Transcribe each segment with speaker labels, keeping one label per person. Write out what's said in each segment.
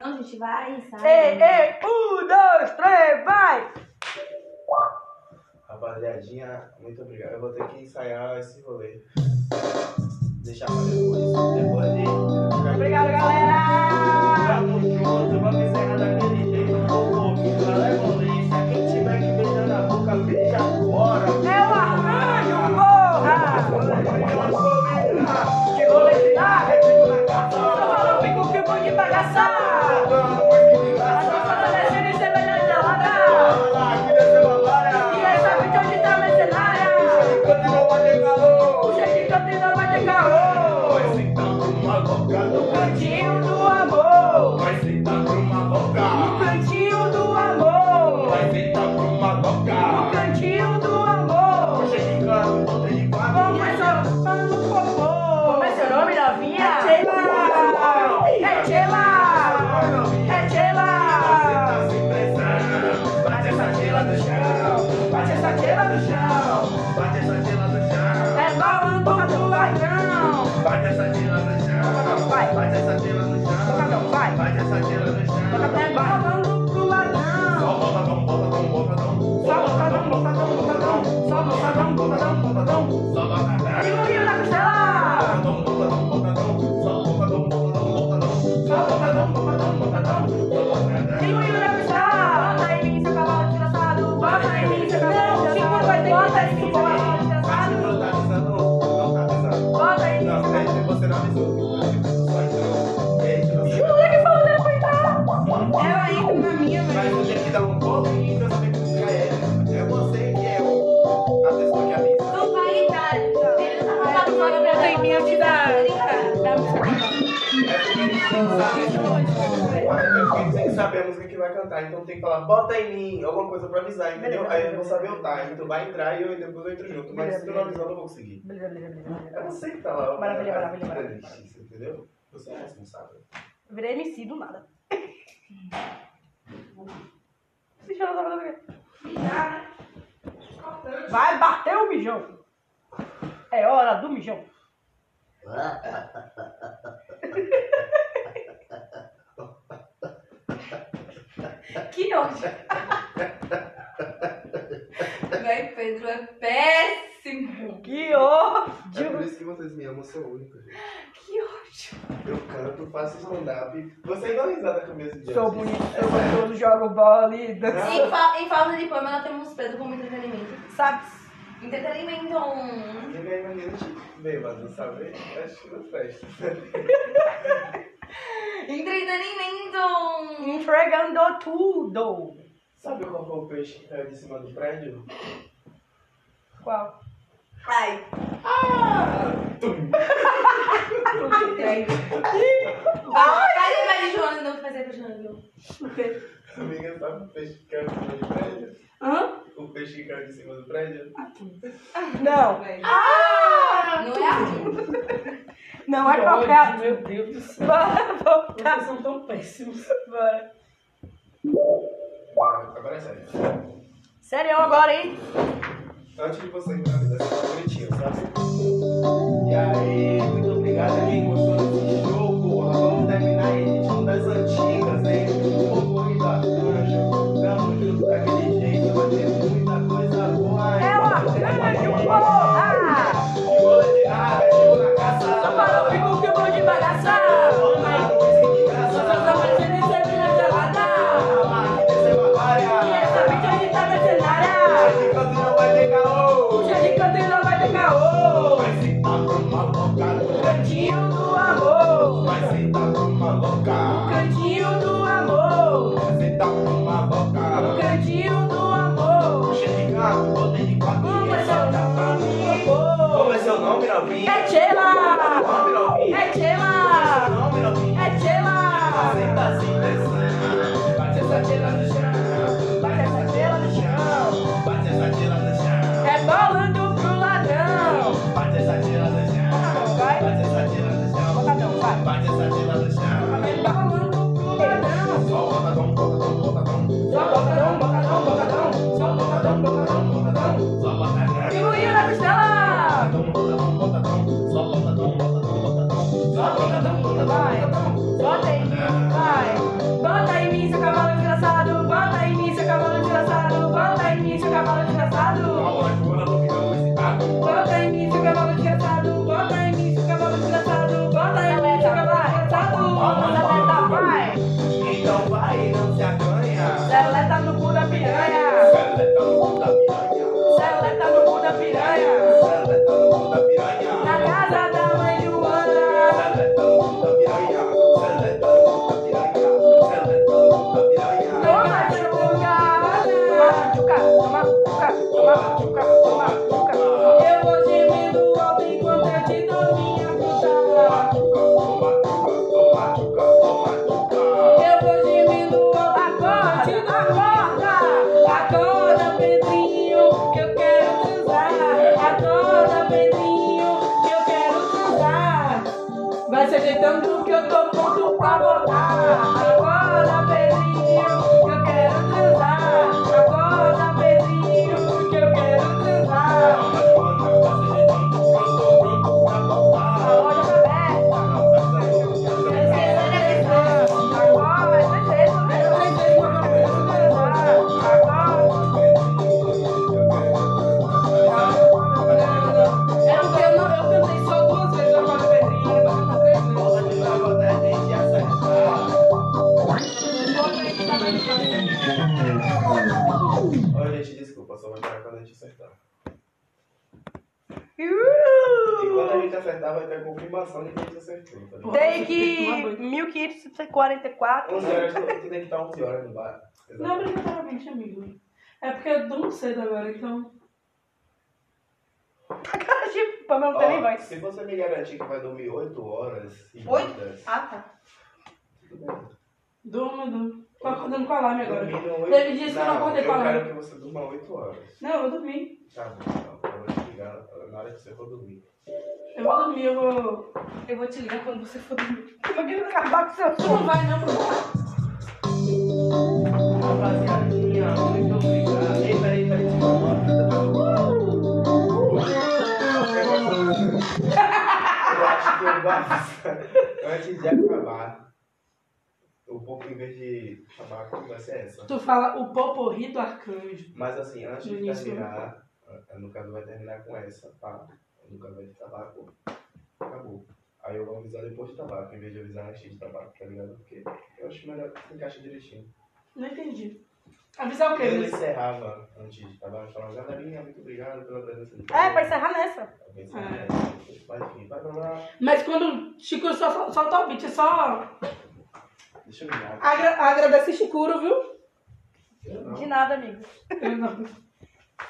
Speaker 1: a gente vai, sabe?
Speaker 2: Ei, ei, um, dois, três, vai!
Speaker 3: Rapaziadinha, muito obrigado. Eu vou ter que ensaiar esse rolê. Deixar pra depois. Depois a gente.
Speaker 2: Obrigado, galera!
Speaker 3: Tamo junto, vamos encerrar daquele jeito. Um pouco, lá é violência. Quem tiver que beijar na boca, beija agora.
Speaker 2: É o arranjo, porra!
Speaker 3: Que rolê de lá, repito na
Speaker 2: Tô
Speaker 3: casa.
Speaker 2: falando pico, pico de bagaçar! As pessoas descendo em cerveja gelada! E essa bitch hoje tá mercenária! Puxa que canto e não vai ter caô! Cantinho do amor! No cantinho do amor! No cantinho do amor! Como é seu- como é seu nome, novinha? É Tchela! É Tchela! É Tchela! É balando do ladrão!
Speaker 3: Bate essa tela no chão,
Speaker 2: Vai.
Speaker 3: bate essa tela no chão,
Speaker 2: Tocadão, vai.
Speaker 3: bate essa tela no chão.
Speaker 2: É balando do
Speaker 3: um
Speaker 2: ladrão! E o Rio da Costela!
Speaker 1: é.
Speaker 2: E o Rio da Costela! Bota em mim, seu cavalo desgraçado! Bota em mim, seu cavalo desgraçado! Bota em mim, seu cavalo desgraçado! Bota em mim, seu cavalo desgraçado! Jura que falou dele coitado! Ela entra na minha, velho!
Speaker 3: um É
Speaker 1: Não vai entrar. Ele não tá falando nada pra
Speaker 2: Bota em
Speaker 1: mim.
Speaker 2: mim antes da... da música.
Speaker 3: saber a música que vai cantar, então tem que falar, bota em mim, alguma coisa pra avisar, entendeu? Aí eu não vou saber o time, tu vai entrar e eu depois eu entro junto, mas se tu não avisar, eu não vou conseguir.
Speaker 2: Beleza, beleza, beleza,
Speaker 3: É
Speaker 2: beleza.
Speaker 3: você que tá lá.
Speaker 2: Maravilha, maravilha, maravilha.
Speaker 3: Delícia, Entendeu? Você é responsável.
Speaker 2: Virei MC do nada. Bicho, eu não tava dando bem. Vai bater o mijão. É hora do mijão.
Speaker 1: Que nojo. Véi, Pedro é péssimo.
Speaker 2: Que ódio.
Speaker 3: É por isso que vocês me amam, eu sou único, gente.
Speaker 1: Que ódio.
Speaker 3: Eu canto, faço stand-up. Vocês dão risada com o mesmo dia.
Speaker 2: Sou bonito, sou gostoso, jogo bola e danço.
Speaker 1: Em, fa em falta de poema, nós temos Pedro como entretenimento.
Speaker 2: Sabe?
Speaker 1: Entretenimento. hum.
Speaker 3: Ninguém vai imaginar gente bêbado, sabe? Acho que não festa.
Speaker 1: Entretenimento. hum.
Speaker 2: Entregando tudo.
Speaker 3: Sabe qual foi o peixe que caiu de cima do prédio?
Speaker 2: Qual?
Speaker 1: Ai.
Speaker 3: Tum!
Speaker 1: Vai, cadê vai de Joana? Não, fazer pra Joana, não.
Speaker 3: Amiga, sabe o peixe que caiu de cima do prédio?
Speaker 2: Hã?
Speaker 3: O peixe que caiu de cima do prédio?
Speaker 2: Não.
Speaker 1: Não é assim.
Speaker 2: Não é qualquer
Speaker 4: Ódio,
Speaker 2: ator.
Speaker 4: Meu Deus do céu.
Speaker 2: Bora voltar.
Speaker 4: Vocês são tão péssimos.
Speaker 2: Bora.
Speaker 3: Agora é sério.
Speaker 2: Sério agora, hein?
Speaker 3: Antes de você engravidar, você tá bonitinho, sabe? E aí, muito obrigado a quem gostou desse show, porra. Vamos terminar aí, gente, um das antigas, hein? Um pouquinho da canja. Tamo junto daquele jeito, vai ter muita coisa boa aí.
Speaker 2: É o arcanjo, porra!
Speaker 3: Que bola de né? rara, chegou na casa.
Speaker 2: Só falou, ficou que eu vou de bagaçar.
Speaker 3: Vamos lá, música de graça.
Speaker 2: Só tá parecendo isso aqui na gelada.
Speaker 3: Lá, que desceu
Speaker 2: E
Speaker 3: a varia.
Speaker 2: essa bicha hoje tá mercenária.
Speaker 3: Aqui quando não vai ter caô.
Speaker 2: Puxa tá de canto e não vai ter caô.
Speaker 3: Vai se dar pra uma louca,
Speaker 2: Cantinho do amor.
Speaker 3: vai se dar pra uma louca.
Speaker 2: Cantinho do amor.
Speaker 3: Você tá com uma boca
Speaker 2: Cantinho do amor.
Speaker 3: cheia de gato, poder de quatro.
Speaker 2: Como é
Speaker 3: Você
Speaker 2: seu
Speaker 3: tá
Speaker 2: nome,
Speaker 3: comigo. Como
Speaker 2: amor?
Speaker 3: é seu nome, novinha?
Speaker 2: É Tchela.
Speaker 3: Nome, novinha?
Speaker 2: É
Speaker 3: Seu
Speaker 2: Tchela.
Speaker 3: nome, novinha?
Speaker 2: É Tchela.
Speaker 3: Você tá se pensando. Bate essa tela no chão. Bate essa tela no chão. Bate essa tela no chão.
Speaker 2: É bolando pro ladrão.
Speaker 3: Bate essa tela no chão.
Speaker 2: Vai.
Speaker 3: Bate essa tela no chão.
Speaker 2: Bocadão, vai.
Speaker 3: Bate essa tela no chão.
Speaker 2: É bolando pro ladrão.
Speaker 3: Só botadão, botadão, botadão.
Speaker 2: Só bocadão, bocadão, bocadão. Só bocadão, bocadão, bocadão.
Speaker 3: Só botadão.
Speaker 2: E o Rio da Costela! Bota aí, vai. Bota aí, vai.
Speaker 3: não vai e não se aganha.
Speaker 2: Seleta no cu da piranha.
Speaker 3: Seleta no cu da piranha.
Speaker 2: Seleta no cu da piranha.
Speaker 3: Seleta no cu da
Speaker 2: Na
Speaker 3: piranha.
Speaker 2: casa da mãe de Luana.
Speaker 3: Seleta no cu da piranha. Seleta no cu da piranha. Seleta no cu da piranha.
Speaker 2: Toma chuca. Toma chuca. Toma chuca. Toma chuca. Eu vou gemendo alto enquanto é eu te dou minha fruta.
Speaker 3: Toma, toma, toma, toma, toma, toma.
Speaker 2: Eu vou gemendo alto. Acorda, acorda. Acorda, Pedrinho, que eu quero transar. Acorda, Pedrinho, que eu quero transar. Vai se ajeitando que eu tô pronto pra botar. Acorda, Pedrinho, que eu quero transar. Acorda, Pedrinho, que eu quero transar. A loja tá aberta.
Speaker 3: Olha, gente, desculpa, só vou entrar quando a gente acertar.
Speaker 2: Uh!
Speaker 3: E quando a gente acertar, vai ter a confirmação de que a gente acertou. Tá ligado?
Speaker 4: Take
Speaker 2: 1544
Speaker 3: 11 horas, tu tem que estar 11 horas no bar.
Speaker 4: Não, é obrigatoriamente, amigo. É porque eu durmo cedo agora, então.
Speaker 2: Pô, não tem nem
Speaker 3: Ó,
Speaker 2: voz.
Speaker 3: se você me garantir que vai dormir 8 horas
Speaker 1: Oito?
Speaker 3: seguidas,
Speaker 1: Ah, tá.
Speaker 4: Durmo, durmo. Tô acordando com alarme agora.
Speaker 3: dormindo 8
Speaker 4: Teve dias que eu não acordei com
Speaker 3: Eu quero
Speaker 4: alarme.
Speaker 3: que você durma 8 horas.
Speaker 4: Não, eu vou dormir.
Speaker 3: Tá bom, então. Eu vou te ligar na hora que você for dormir.
Speaker 4: Eu vou dormir, eu vou. Eu vou te ligar quando você for dormir.
Speaker 2: Eu quero acabar com seu
Speaker 4: Tu não vai não pro bar?
Speaker 3: Rapaziadinha, muito obrigado. Ah, Ei, peraí, peraí, deixa eu falar uma coisa pra você. Eu acho que eu vou antes de acabar. O pouco em vez de acabar a conversa é essa.
Speaker 4: Tu fala o poporri do arcanjo.
Speaker 3: Mas assim, antes
Speaker 4: No
Speaker 3: de
Speaker 4: início,
Speaker 3: terminar, a Nuca vai terminar com essa, tá? pá. A Nuca vai de tabaco. Acabou. Aí eu vou avisar depois de tabaco, em vez de avisar antes de tabaco, tá ligado? Porque eu acho melhor que se encaixa direitinho.
Speaker 4: Não entendi. Avisar o quê?
Speaker 3: Eu
Speaker 4: Luiz?
Speaker 3: encerrava antes de trabalho, falava, galerinha, muito obrigado pela presença de
Speaker 4: Ah.
Speaker 2: É, pra encerrar nessa.
Speaker 3: vocês.
Speaker 4: É.
Speaker 3: Mas enfim, vai pra lá.
Speaker 4: Mas quando Chico só solta o beat, é só.
Speaker 3: Deixa eu ligar.
Speaker 4: Agra agradece Chicuro, viu?
Speaker 3: Eu não.
Speaker 2: De nada, amigo.
Speaker 4: Eu não.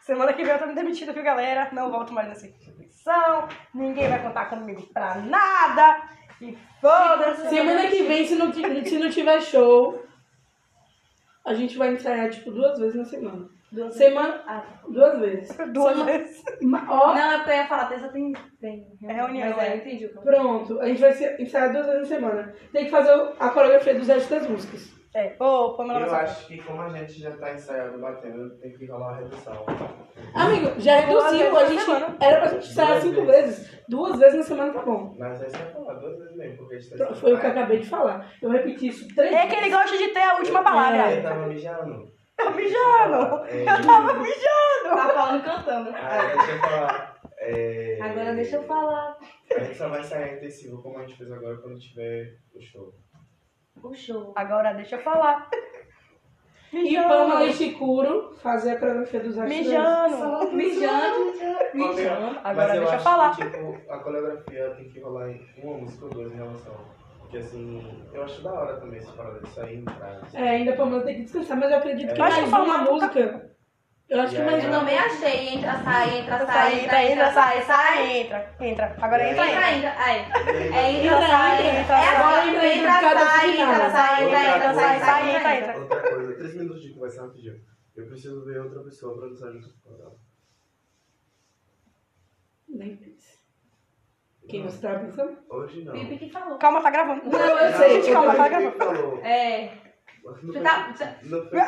Speaker 2: Semana que vem eu tô me demitindo, viu, galera? Não volto mais nessa instituição. Ninguém vai contar comigo pra nada. E foda-se.
Speaker 4: Semana que vem, se não, ti- se não tiver show, a gente vai ensaiar, tipo, duas vezes na semana.
Speaker 1: Duas
Speaker 4: semana.
Speaker 1: Ah, tá.
Speaker 4: Duas vezes.
Speaker 2: Duas
Speaker 4: Semana-
Speaker 2: vezes.
Speaker 4: Ma- Ó,
Speaker 1: Não, é porque eu ia falar, terça tem, tem
Speaker 2: É reunião,
Speaker 1: Mas aí
Speaker 2: é.
Speaker 1: eu entendi o que
Speaker 4: pronto. A gente vai se- ensaiar duas vezes na semana. Tem que fazer o- a coreografia dos restos das músicas.
Speaker 2: É. Ô, Pamela,
Speaker 3: Eu
Speaker 2: vai
Speaker 3: acho que como a gente já tá ensaiando, batendo, tem que rolar uma redução.
Speaker 4: Amigo, já
Speaker 2: Duas
Speaker 4: reduziu.
Speaker 2: vezes
Speaker 4: A
Speaker 2: na
Speaker 4: gente,
Speaker 2: semana.
Speaker 4: era pra gente ensaiar
Speaker 3: Duas
Speaker 4: cinco
Speaker 3: vezes.
Speaker 4: vezes. Duas vezes na semana tá bom.
Speaker 3: Mas aí você vai falar duas vezes mesmo, porque a gente tá
Speaker 4: Pro-
Speaker 3: ensaiando.
Speaker 4: Foi o que eu acabei de falar. Eu repeti isso três
Speaker 2: É que
Speaker 4: vezes.
Speaker 2: ele gosta de ter a última palavra.
Speaker 4: É.
Speaker 3: Eu É, tava mijando.
Speaker 2: Tô mijando.
Speaker 3: É.
Speaker 2: Eu tava mijando.
Speaker 1: Tá falando cantando.
Speaker 3: Ah, deixa eu falar. É,
Speaker 1: Agora deixa eu falar.
Speaker 3: A gente só vai ensaiar intensivo como a gente fez agora quando tiver o show.
Speaker 1: O show.
Speaker 2: Agora deixa eu falar.
Speaker 4: E Pamela e Chicuro fazer a coreografia dos restos das músicas.
Speaker 2: Mijando.
Speaker 1: Mijando.
Speaker 2: Mijando.
Speaker 3: Mas
Speaker 2: Agora
Speaker 3: eu
Speaker 2: deixa eu
Speaker 3: acho
Speaker 2: falar.
Speaker 3: Que, tipo, a coreografia tem que rolar em uma música ou duas em relação. Porque assim, eu acho da hora também essa parada de sair em casa.
Speaker 4: É, ainda a Pamela tem que descansar, mas eu acredito que
Speaker 2: Eu
Speaker 4: mais
Speaker 2: acho que o
Speaker 4: uma
Speaker 2: formato
Speaker 4: música. Eu acho que
Speaker 3: E
Speaker 4: mais
Speaker 3: aí,
Speaker 1: Eu
Speaker 4: uma.
Speaker 1: também achei. Entra, sai, entra, sai,
Speaker 2: Entra, entra, sai, sai, entra. Entra. Agora entra, entra.
Speaker 1: Entra, entra. Aí. É
Speaker 4: Entra,
Speaker 1: entra, sai,
Speaker 4: entra,
Speaker 1: entra. É agora entra, entra, sai, entra,
Speaker 2: É,
Speaker 1: sai, entra, entra, sai, sai, entra, entra.
Speaker 3: Outra coisa, três minutos de conversa rapidinho. Eu preciso ver outra pessoa pra dançar junto com ela.
Speaker 4: Nem pense. Quem você tava pensando?
Speaker 3: Hoje não.
Speaker 1: Pipe que falou.
Speaker 2: Calma, tá gravando.
Speaker 4: Não, eu sei.
Speaker 2: Gente, calma, tá
Speaker 3: Não
Speaker 2: gravando.
Speaker 3: foi que Pipi falou.
Speaker 1: É.
Speaker 3: Não
Speaker 1: Tu
Speaker 3: foi-
Speaker 1: tá- tá-
Speaker 3: Não foi,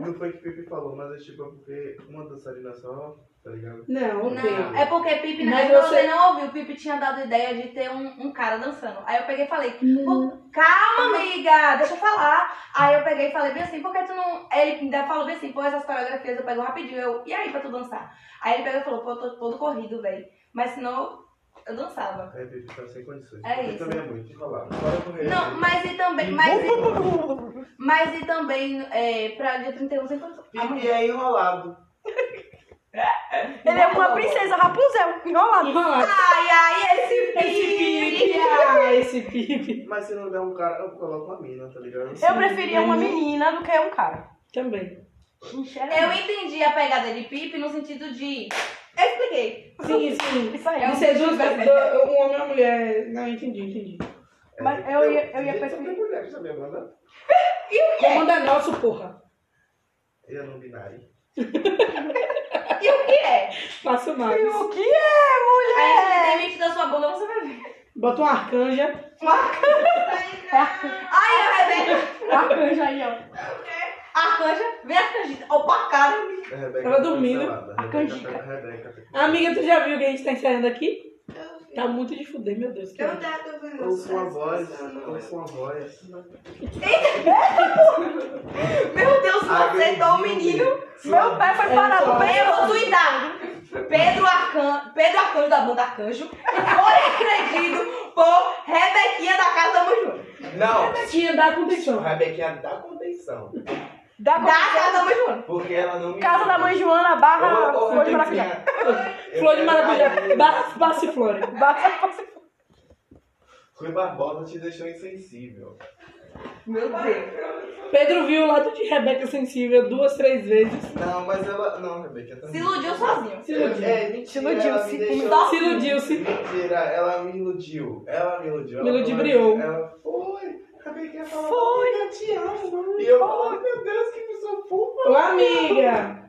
Speaker 3: não foi que Pipi falou, mas é tipo, é porque uma dançarina só, tá ligado?
Speaker 4: Não, ok.
Speaker 1: Não, é porque Pipe, na
Speaker 4: Mas
Speaker 1: época você...
Speaker 4: você-
Speaker 1: não ouviu, Pipe tinha dado ideia de ter um, um cara dançando. Aí eu peguei e falei, "Pô,
Speaker 2: Uhum.
Speaker 1: calma, amiga, deixa eu falar. Aí eu peguei e falei bem assim, por que tu não. Aí ele ainda falou bem assim, pô, essas coreografias eu pego rapidinho. Eu, e aí pra tu dançar? Aí ele pegou e falou, pô, eu tô todo corrido, velho. Mas senão Eu dançava.
Speaker 3: É, Bibi, tá sem condições.
Speaker 1: É
Speaker 3: eu
Speaker 1: isso.
Speaker 3: também é muito desrolado. Agora eu vou
Speaker 2: É.
Speaker 3: reagir.
Speaker 1: Não, mas e também. Mas e, mas e também é, pra dia 31 sem condição.
Speaker 3: Bibi é enrolado.
Speaker 5: Ele é uma princesa Rapunzel, enrolado.
Speaker 4: Ah,
Speaker 2: Enrolado.
Speaker 1: Ai, ai, esse
Speaker 2: Esse pibe.
Speaker 1: pique!
Speaker 2: Ah, esse pibe.
Speaker 3: Mas se não der um cara, eu coloco uma mina, tá ligado?
Speaker 5: Eu preferia uma menina do que um cara.
Speaker 2: Também.
Speaker 1: Eu entendi a pegada de pipe no sentido de. Eu expliquei.
Speaker 2: Sim, sim.
Speaker 5: Isso aí.
Speaker 1: É um
Speaker 2: De ser duas
Speaker 1: pibe.
Speaker 2: pessoas, um homem e uma mulher. Não, entendi, entendi.
Speaker 5: É, Mas
Speaker 3: É,
Speaker 5: eu ia- eu ia
Speaker 3: Gente,
Speaker 5: preferir-
Speaker 3: tem mulher também, manda.
Speaker 2: Comando é nosso, porra.
Speaker 3: Ele é não binário.
Speaker 1: E o que é?
Speaker 2: Faço mais.
Speaker 5: E o que é, mulher?
Speaker 1: Aí você demite da sua bunda, você vai ver.
Speaker 2: Bota uma arcanja.
Speaker 1: Ai, a Rebeca.
Speaker 5: Arcanjo aí, ó.
Speaker 1: Arcanja, vem arcanjita. Opa, cara.
Speaker 3: A Rebeca
Speaker 2: Tava
Speaker 3: foi
Speaker 2: dormindo.
Speaker 3: cancelada.
Speaker 5: né? A canjica.
Speaker 3: Rebeca- Rebeca tem que-
Speaker 2: Amiga, tu já viu que a gente tá ensaiando aqui? Tá muito de fuder, meu Deus. que ódio.
Speaker 3: Ouça uma voz, ouça uma voz.
Speaker 1: Meu Deus, você tá um menino.
Speaker 5: Meu pé foi parado bem.
Speaker 1: Eu vou tweetar. Pedro Arcan... Pedro Arcanjo da banda Arcanjo foi agredido por Rebequinha da Casa da Mãe
Speaker 3: Não!
Speaker 2: Tinha dado
Speaker 3: A
Speaker 2: condição.
Speaker 3: Rebequinha dá contenção.
Speaker 5: Da
Speaker 1: Da Casa da Mãe
Speaker 3: Porque ela não me.
Speaker 5: casa da mãe Joana, barra Flor de Maracujá.
Speaker 2: Flor de maracujá. Ba- Passiflora.
Speaker 5: Barra
Speaker 3: Rui Barbosa te deixou insensível.
Speaker 1: Meu Deus.
Speaker 2: Pedro viu o lado de Rebeca sensível duas, três vezes.
Speaker 3: Não, mas ela. Não, Rebeca. tá-
Speaker 1: Se iludiu sozinho.
Speaker 2: Se iludiu.
Speaker 3: É, mentira.
Speaker 5: iludiu,
Speaker 3: ela me
Speaker 5: se
Speaker 3: deixou...
Speaker 1: iludiu.
Speaker 2: Se iludiu-se.
Speaker 3: Mentira, ela me iludiu. Ela me iludiu.
Speaker 2: Me
Speaker 3: Ela
Speaker 2: ludibriou.
Speaker 3: falou- assim, Ela foi. A Rebeca falou. Foi, eu te amo. E eu falando, meu Deus, que pessoa fofa.
Speaker 2: Ô, amiga.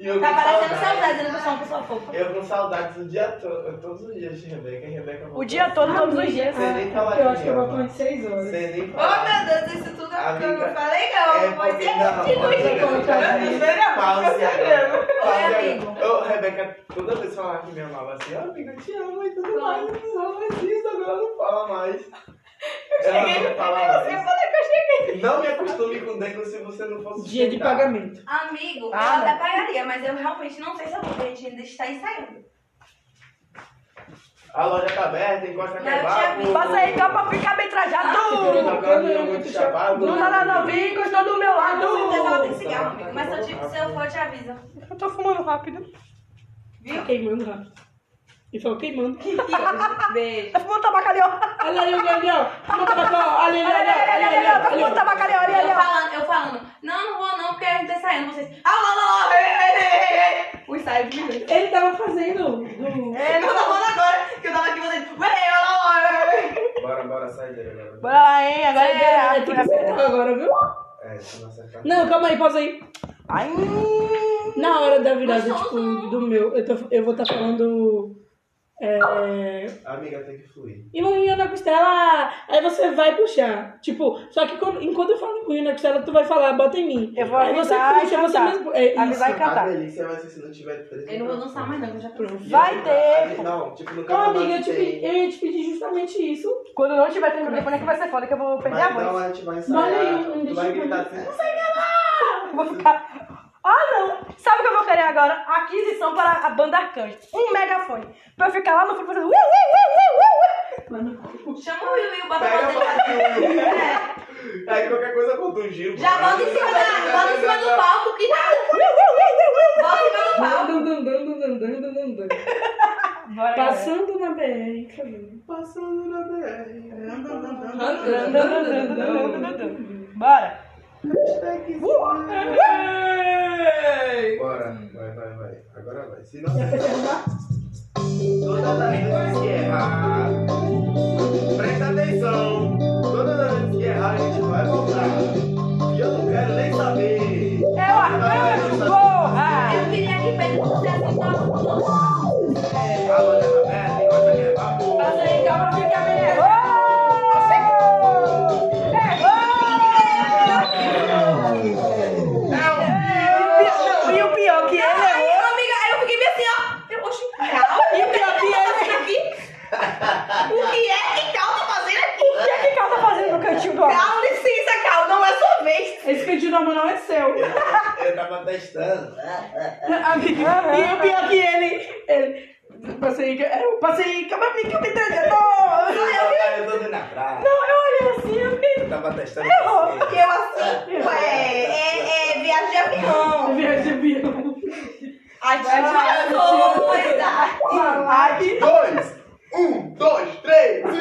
Speaker 3: E eu
Speaker 1: Tá
Speaker 3: com
Speaker 1: parecendo seu
Speaker 3: saudade.
Speaker 1: Zé, dizendo que eu sou uma pessoa fofa.
Speaker 3: Eu com saudades o dia todo, todos os dias de Rebeca. e Rebeca
Speaker 5: O dia todo, todos os dias.
Speaker 3: Você nem tá fala
Speaker 2: Ah, Eu acho que eu vou
Speaker 3: idioma.
Speaker 2: pra de seis horas.
Speaker 3: Sem nem
Speaker 1: Oh,
Speaker 3: falar.
Speaker 1: meu Deus, isso tudo é porque eu não
Speaker 3: Amiga,
Speaker 1: falei não.
Speaker 3: É
Speaker 1: Mas
Speaker 3: porque não,
Speaker 1: é
Speaker 3: você
Speaker 1: muito
Speaker 3: não faz isso. Pause agora. Pause
Speaker 1: amigo.
Speaker 3: agora. Ô, Rebeca, toda vez que falava que me amava assim, ó, amiga, eu te amo e tudo mais, eu não amo mais isso, agora ela não fala mais. Ela não fala mais. Não me acostume com dengo se você tá- não fosse
Speaker 2: Dia de
Speaker 3: sustentar.
Speaker 2: pagamento.
Speaker 1: Amigo, eu
Speaker 5: Ah,
Speaker 1: até pagaria, mas eu realmente não sei se eu vou, porque a gente ainda está ensaiando.
Speaker 3: A loja tá aberta, encosta
Speaker 1: Não, eu
Speaker 3: no
Speaker 1: tinha
Speaker 3: barco.
Speaker 1: visto.
Speaker 5: Passa aí, tá capa, fica bem trajado.
Speaker 3: Agora eu tô tá muito né? chapado.
Speaker 5: Não tá lá não, vem encostou do meu
Speaker 1: Ah, com certeza ela tem
Speaker 5: lado.
Speaker 1: cigarro, amigo. Mas se eu, te, se eu for, eu te aviso.
Speaker 5: Eu tô fumando rápido.
Speaker 2: Tá queimando rápido. E falou queimando.
Speaker 1: Beijo.
Speaker 5: Tá fumando tabaco ali, ó.
Speaker 2: Olha ali o Gabriel. Fuma tabaco. Olha ali, olha ali,
Speaker 5: Olha ali, olha ali,
Speaker 2: olha
Speaker 5: olha ali, ó.
Speaker 2: ali,
Speaker 5: Tá
Speaker 2: olha
Speaker 5: fumando
Speaker 2: ali.
Speaker 5: tabaco ali, ó, ali, ali,
Speaker 1: Eu
Speaker 5: ó.
Speaker 1: falando, eu falando, não, não vou não, porque a gente tá ensaiando vocês. Ah, lá, lá, lá, ei, ei, ei, ei, ei. O ensaio diminuiu.
Speaker 2: Ele tava fazendo. do-
Speaker 1: É, não tá falando agora, que eu tava aqui fazendo. Ei, lá, lá, ei, ei.
Speaker 3: Bora, bora, sai daí agora.
Speaker 5: Bora lá, hein, agora é
Speaker 2: É, tem que acertar
Speaker 5: liberado.
Speaker 2: agora, viu?
Speaker 3: É, se não acertar.
Speaker 2: Não, calma aí, pausa aí.
Speaker 5: Ai,
Speaker 2: Na hora da virada,
Speaker 1: Gostoso.
Speaker 2: tipo, do meu, eu, tô- eu vou estar falando. É,
Speaker 3: Amiga, tem que fluir.
Speaker 2: e unha na costela, aí você vai puxar. Tipo, só que quando- enquanto eu falo unha na costela, tu vai falar, bota em mim.
Speaker 5: Eu vou
Speaker 2: Aí você
Speaker 5: avisar e
Speaker 2: puxa, você
Speaker 5: cantar.
Speaker 2: mesmo. É isso.
Speaker 5: Avisar e
Speaker 3: A
Speaker 5: cantar.
Speaker 3: delícia vai ser se não tiver três.
Speaker 1: Eu não vou dançar mais não, que eu já provei.
Speaker 2: Pronto.
Speaker 5: Vai ter.
Speaker 3: Não, tipo, no
Speaker 2: Então,
Speaker 3: carnaval
Speaker 2: amiga, eu, te,
Speaker 3: tem.
Speaker 2: pedi- eu ia te pedir justamente isso.
Speaker 5: Quando não tiver três microfones que vai ser foda, que eu vou perder a
Speaker 3: Mas então
Speaker 5: voz.
Speaker 3: a gente vai
Speaker 2: Olha aí,
Speaker 3: ensaiar.
Speaker 2: um
Speaker 3: Tu vai
Speaker 2: destino.
Speaker 3: gritar assim.
Speaker 5: Eu Vou ficar. Ah, não! Sabe o que eu vou querer agora? Aquisição para a banda Arcanjo. Um megafone. Pra eu ficar lá no fundo fazendo. Ué, ué, ué, ué, ué, ué.
Speaker 1: Chama o Will Will, bota
Speaker 3: Pega
Speaker 1: pra
Speaker 3: a
Speaker 1: dentro.
Speaker 3: barriga.
Speaker 1: É.
Speaker 3: Aí qualquer coisa conta um giro.
Speaker 1: Já bota em cima da, bota em cima do palco, que Bota em cima do palco.
Speaker 2: Dun, dun, dun, dun, dun, dun, dun, dun.
Speaker 5: Bora, galera.
Speaker 2: Passando na BR, caminho.
Speaker 3: Passando na né? BR.
Speaker 5: Bora.
Speaker 3: Hashtag sim. Bora, vai, vai, vai. Agora vai. Se não, tá
Speaker 2: Já foi terminar?
Speaker 3: todas as vezes que errar, presta atenção. Todas as vezes que errar, a gente vai voltar. E eu não quero nem saber. né,
Speaker 5: É o Arcanjo, porra!
Speaker 1: Eu queria que Pedro fosse assim, tá?
Speaker 3: A loja tá aberta, encosta aqui, é papo.
Speaker 5: Passa aí, calma, fica bem. Ô! É, ô! E o pior que ele
Speaker 1: Aí,
Speaker 5: errou.
Speaker 1: amiga, aí eu fiquei meio assim, ó. Eu, oxe, calma.
Speaker 5: E o pior que
Speaker 1: é?
Speaker 5: ele
Speaker 1: aqui? O que é que Cal tá fazendo
Speaker 5: O
Speaker 1: aqui?
Speaker 5: que é que Cal tá fazendo no cantinho do amor?
Speaker 1: Cal, licença, Cal, não é sua vez.
Speaker 2: Esse cantinho da mão não é seu.
Speaker 3: Eu tava testando. né?
Speaker 4: É
Speaker 1: é
Speaker 2: Amiga, E o pior que ele, ele
Speaker 4: Passei, eu passei, calma aí, que eu me entregando.
Speaker 3: Eu tô na praia.
Speaker 5: Não, eu olhei assim, eu fiquei.
Speaker 3: Eu tava testando.
Speaker 1: E eu assim, ué, é, é viagem de avião.
Speaker 4: Viagem de avião.
Speaker 1: Ai, tinha uma coisa.
Speaker 3: Um, dois, um, dois, três e.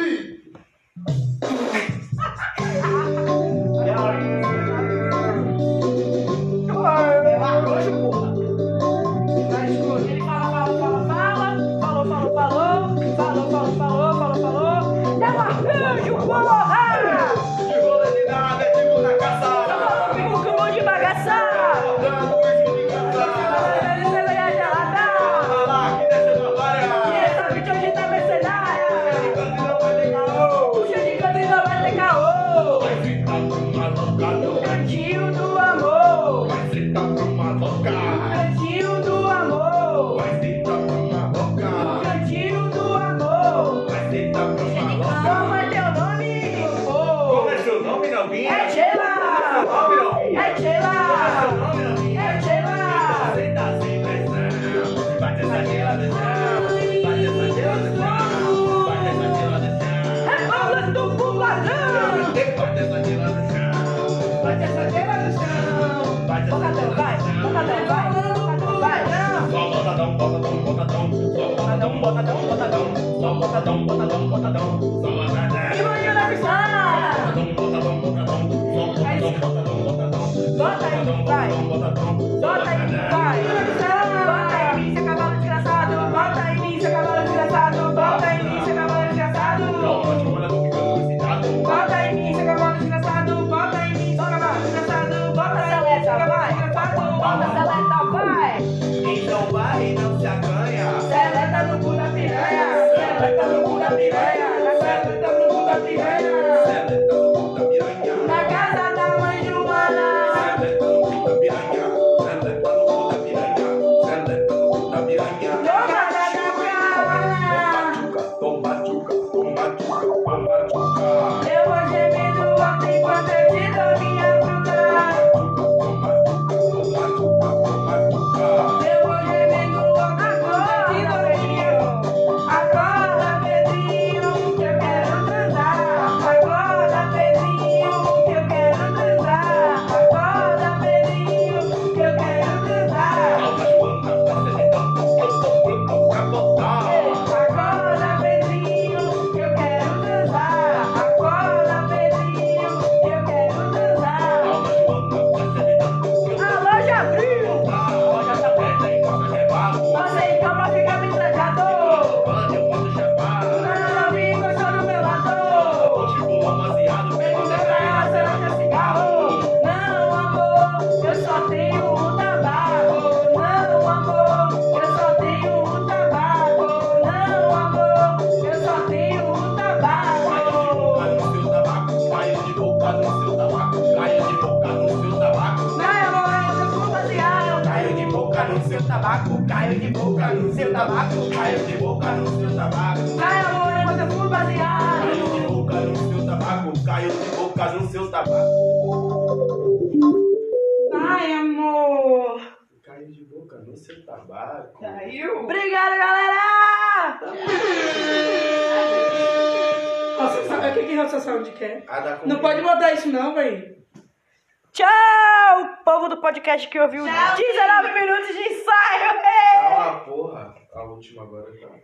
Speaker 5: Ele fala, fala, fala, fala. Falou, falou, falou. Falou, falou, falou, falou, falou. Dá um arranjo, porra!
Speaker 3: De rola de nada, de mão na
Speaker 5: Tá falando
Speaker 3: caçada.
Speaker 5: comigo com mão de bagaçar.
Speaker 3: Jogando isso de caçada. Falar que dessa barbária.
Speaker 5: é
Speaker 3: Americano não vai ter calor. Vai ficar com uma louca, vai ficar com uma louca. Vai ficar com uma louca, vai ficar com uma louca. Como é seu nome, novinha?
Speaker 5: É Sheila!
Speaker 3: Como é seu nome, novinha?
Speaker 5: É Sheila!
Speaker 3: Como é seu nome, novinha?
Speaker 5: É Sheila!
Speaker 3: Você tá sem pressão. Bate essa gela do chão. Bate essa gela do chão. Bate essa gela do chão.
Speaker 5: É bala do Bum Ladrão!
Speaker 3: Bate essa gela do chão. Bate essa gela do chão. Bate essa
Speaker 5: Bocadão,
Speaker 3: gela
Speaker 5: vai!
Speaker 3: do chão.
Speaker 5: Bocadão, vai! Bocadão, vai! Não!
Speaker 3: Só botadão, botadão, botadão. Só botadão, botadão, botadão. Só botadão, botadão, botadão. Só
Speaker 5: E
Speaker 3: botadão.
Speaker 5: manhã na piscina!
Speaker 3: Botadão, botadão, botadão. Só botadão, botadão, botadão.
Speaker 5: Bota aí,
Speaker 3: Botadão,
Speaker 5: vai.
Speaker 3: botadão, botadão.
Speaker 5: Bota aí, vai! Bota aí, mim, seu cavalo desgraçado! Bota aí, mim, seu cavalo desgraçado! Bota aí, mim, seu cavalo desgraçado!
Speaker 3: Calma, te manda, tô ficando excitado.
Speaker 5: Bota aí, mim, seu cavalo desgraçado! Bota aí, mim, seu cavalo desgraçado! Bota aí, mim, seu cavalo desgraçado! Bota seleta, vai!
Speaker 3: Então vai e não se acanha.
Speaker 5: Seleta no cu da piranha! Seleta no cu da piranha! Seleta no cu da piranha! Na casa da mãe Joana! Dona da Dona! Eu vou gemendo alto enquanto eu te dou minha fruta! Eu vou gemendo alto enquanto eu te dou beijinho! Acorda, Pedrinho, que eu quero transar! Acorda, Pedrinho, que eu quero transar! Acorda, Pedrinho, que eu quero transar! Acorda, Pedrinho, que eu quero transar! Acorda, Pedrinho, que eu quero transar! A loja abriu! Você então pra ficar me entregado! Não me encostou no meu lado! Não dá pra ser cigarro! Não, amor, eu só tenho um tabaco! Não, amor, eu só tenho um tabaco! Não, amor, eu só tenho um tabaco! Não, amor, eu sou fantasiado!
Speaker 3: Caio de boca no seu tabaco, caio de boca no seu tabaco, caio de boca no seu tabaco.
Speaker 5: Não, amor, eu
Speaker 3: Caio de
Speaker 5: sou fantasiado!
Speaker 3: boca no seu tabaco, caio de boca no seu tabaco.
Speaker 5: Ai, amor!
Speaker 3: Caio de boca no seu tabaco.
Speaker 5: Obrigada, galera!
Speaker 4: Nossa, sabe o que que nossa sound quer?
Speaker 3: A da
Speaker 4: Não pode botar isso não, véi.
Speaker 5: Tchau, povo do podcast que ouviu
Speaker 1: Tchau,
Speaker 3: é
Speaker 5: 19 minutos de ensaio!
Speaker 3: Tá uma porra. A última agora tá.